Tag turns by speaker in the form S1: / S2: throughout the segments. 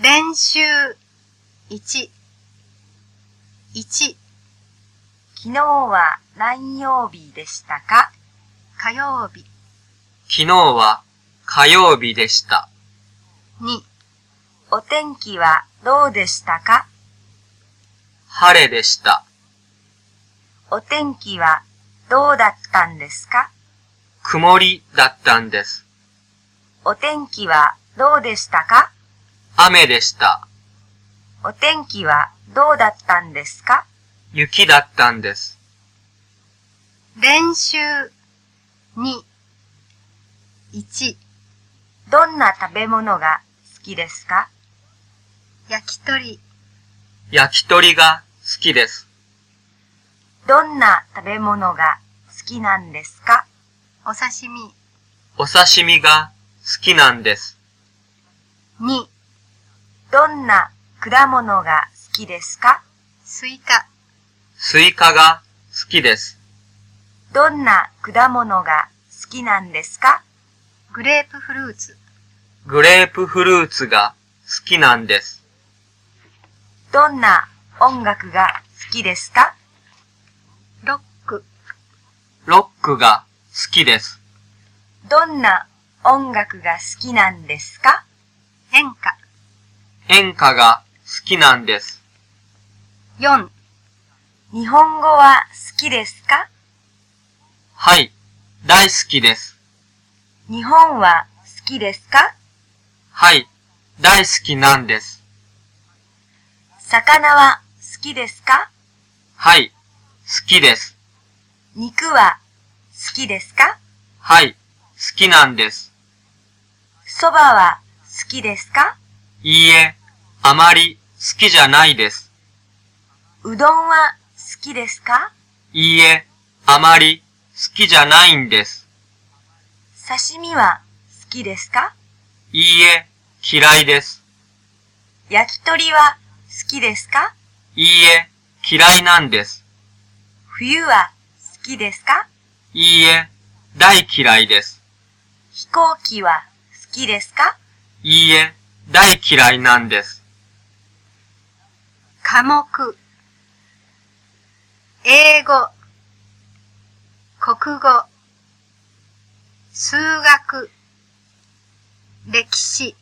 S1: 先週、1、1、
S2: 昨日は何曜日でしたか
S1: 火曜日、
S3: 昨日は火曜日でした。
S1: 2、
S2: お天気はどうでしたか
S3: 晴れでした。
S2: お天気はどうだったんですか
S3: 曇りだったんです。
S2: お天気はどうでしたか
S3: 雨でした。
S2: お天気はどうだったんですか
S3: 雪だったんです。
S1: 練習、2、1、
S2: どんな食べ物が好きですか
S1: 焼き鳥、
S3: 焼き鳥が好きです。
S2: どんな食べ物が好きなんですか
S1: お刺身、
S3: お刺身が好きなんです。
S1: 2、
S2: どんな果物が好きですか
S1: スイカ、
S3: スイカが好きです。
S2: どんな果物が好きなんですか
S1: グレープフルーツ、
S3: グレープフルーツが好きなんです。
S2: どんな音楽が好きですか
S1: ロック、
S3: ロックが好きです。
S2: どんな音楽が好きなんですか
S1: 演歌、
S3: 演歌が好きなんです。
S1: 4、
S2: 日本語は好きですか
S3: はい。大好きです。
S2: 日本は好きですか
S3: はい。大好きなんです。
S2: 魚は好きですか
S3: はい。好きです。
S2: 肉は好きですか
S3: はい。好きなんです。
S2: 蕎麦は好きですか
S3: いいえ、あまり好きじゃないです。
S2: うどんは好きですか
S3: いいえ、あまり好きじゃないんです。
S2: 刺身は好きですか
S3: いいえ、嫌いです。
S2: 焼き鳥は好きですか
S3: いいえ、嫌いなんです。
S2: 冬は好きですか
S3: いいえ、大嫌いです。
S2: 飛行機は好きですか
S3: いいえ、大嫌いなんです。
S1: 科目、英語、国語、数学、歴史、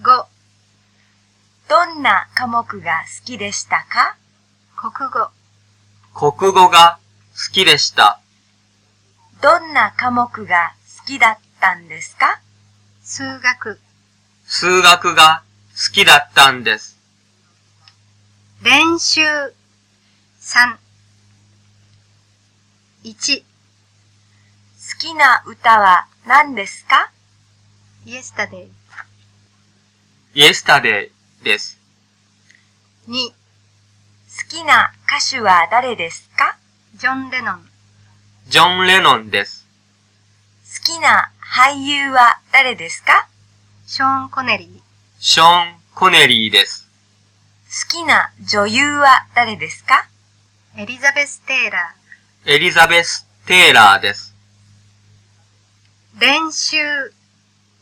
S1: 5、
S2: どんな科目が好きでしたか
S1: 国語、
S3: 国語が好きでした。
S2: どんな科目が好きだったんですか
S1: 数学、
S3: 数学が好きだったんです。
S1: 練習3 1
S2: 好きな歌は何ですか
S1: yesterday
S3: イエスタデイです。
S1: 2
S2: 好きな歌手は誰ですか
S1: ジョン・レノン
S3: ジョン・レノンです。
S2: 好きな俳優は誰ですか
S1: ショーン・コネリー
S3: ショーン・コネリーです。
S2: 好きな女優は誰ですか
S1: エリザベス・テイラ
S3: エリザベス・テイラーです。
S1: ー練習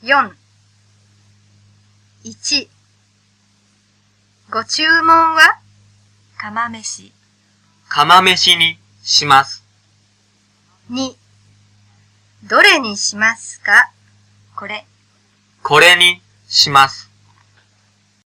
S1: 4 1ご注文は
S2: 釜飯。
S3: 釜飯にします。
S1: 2どれにしますか
S2: これ。
S3: これにします。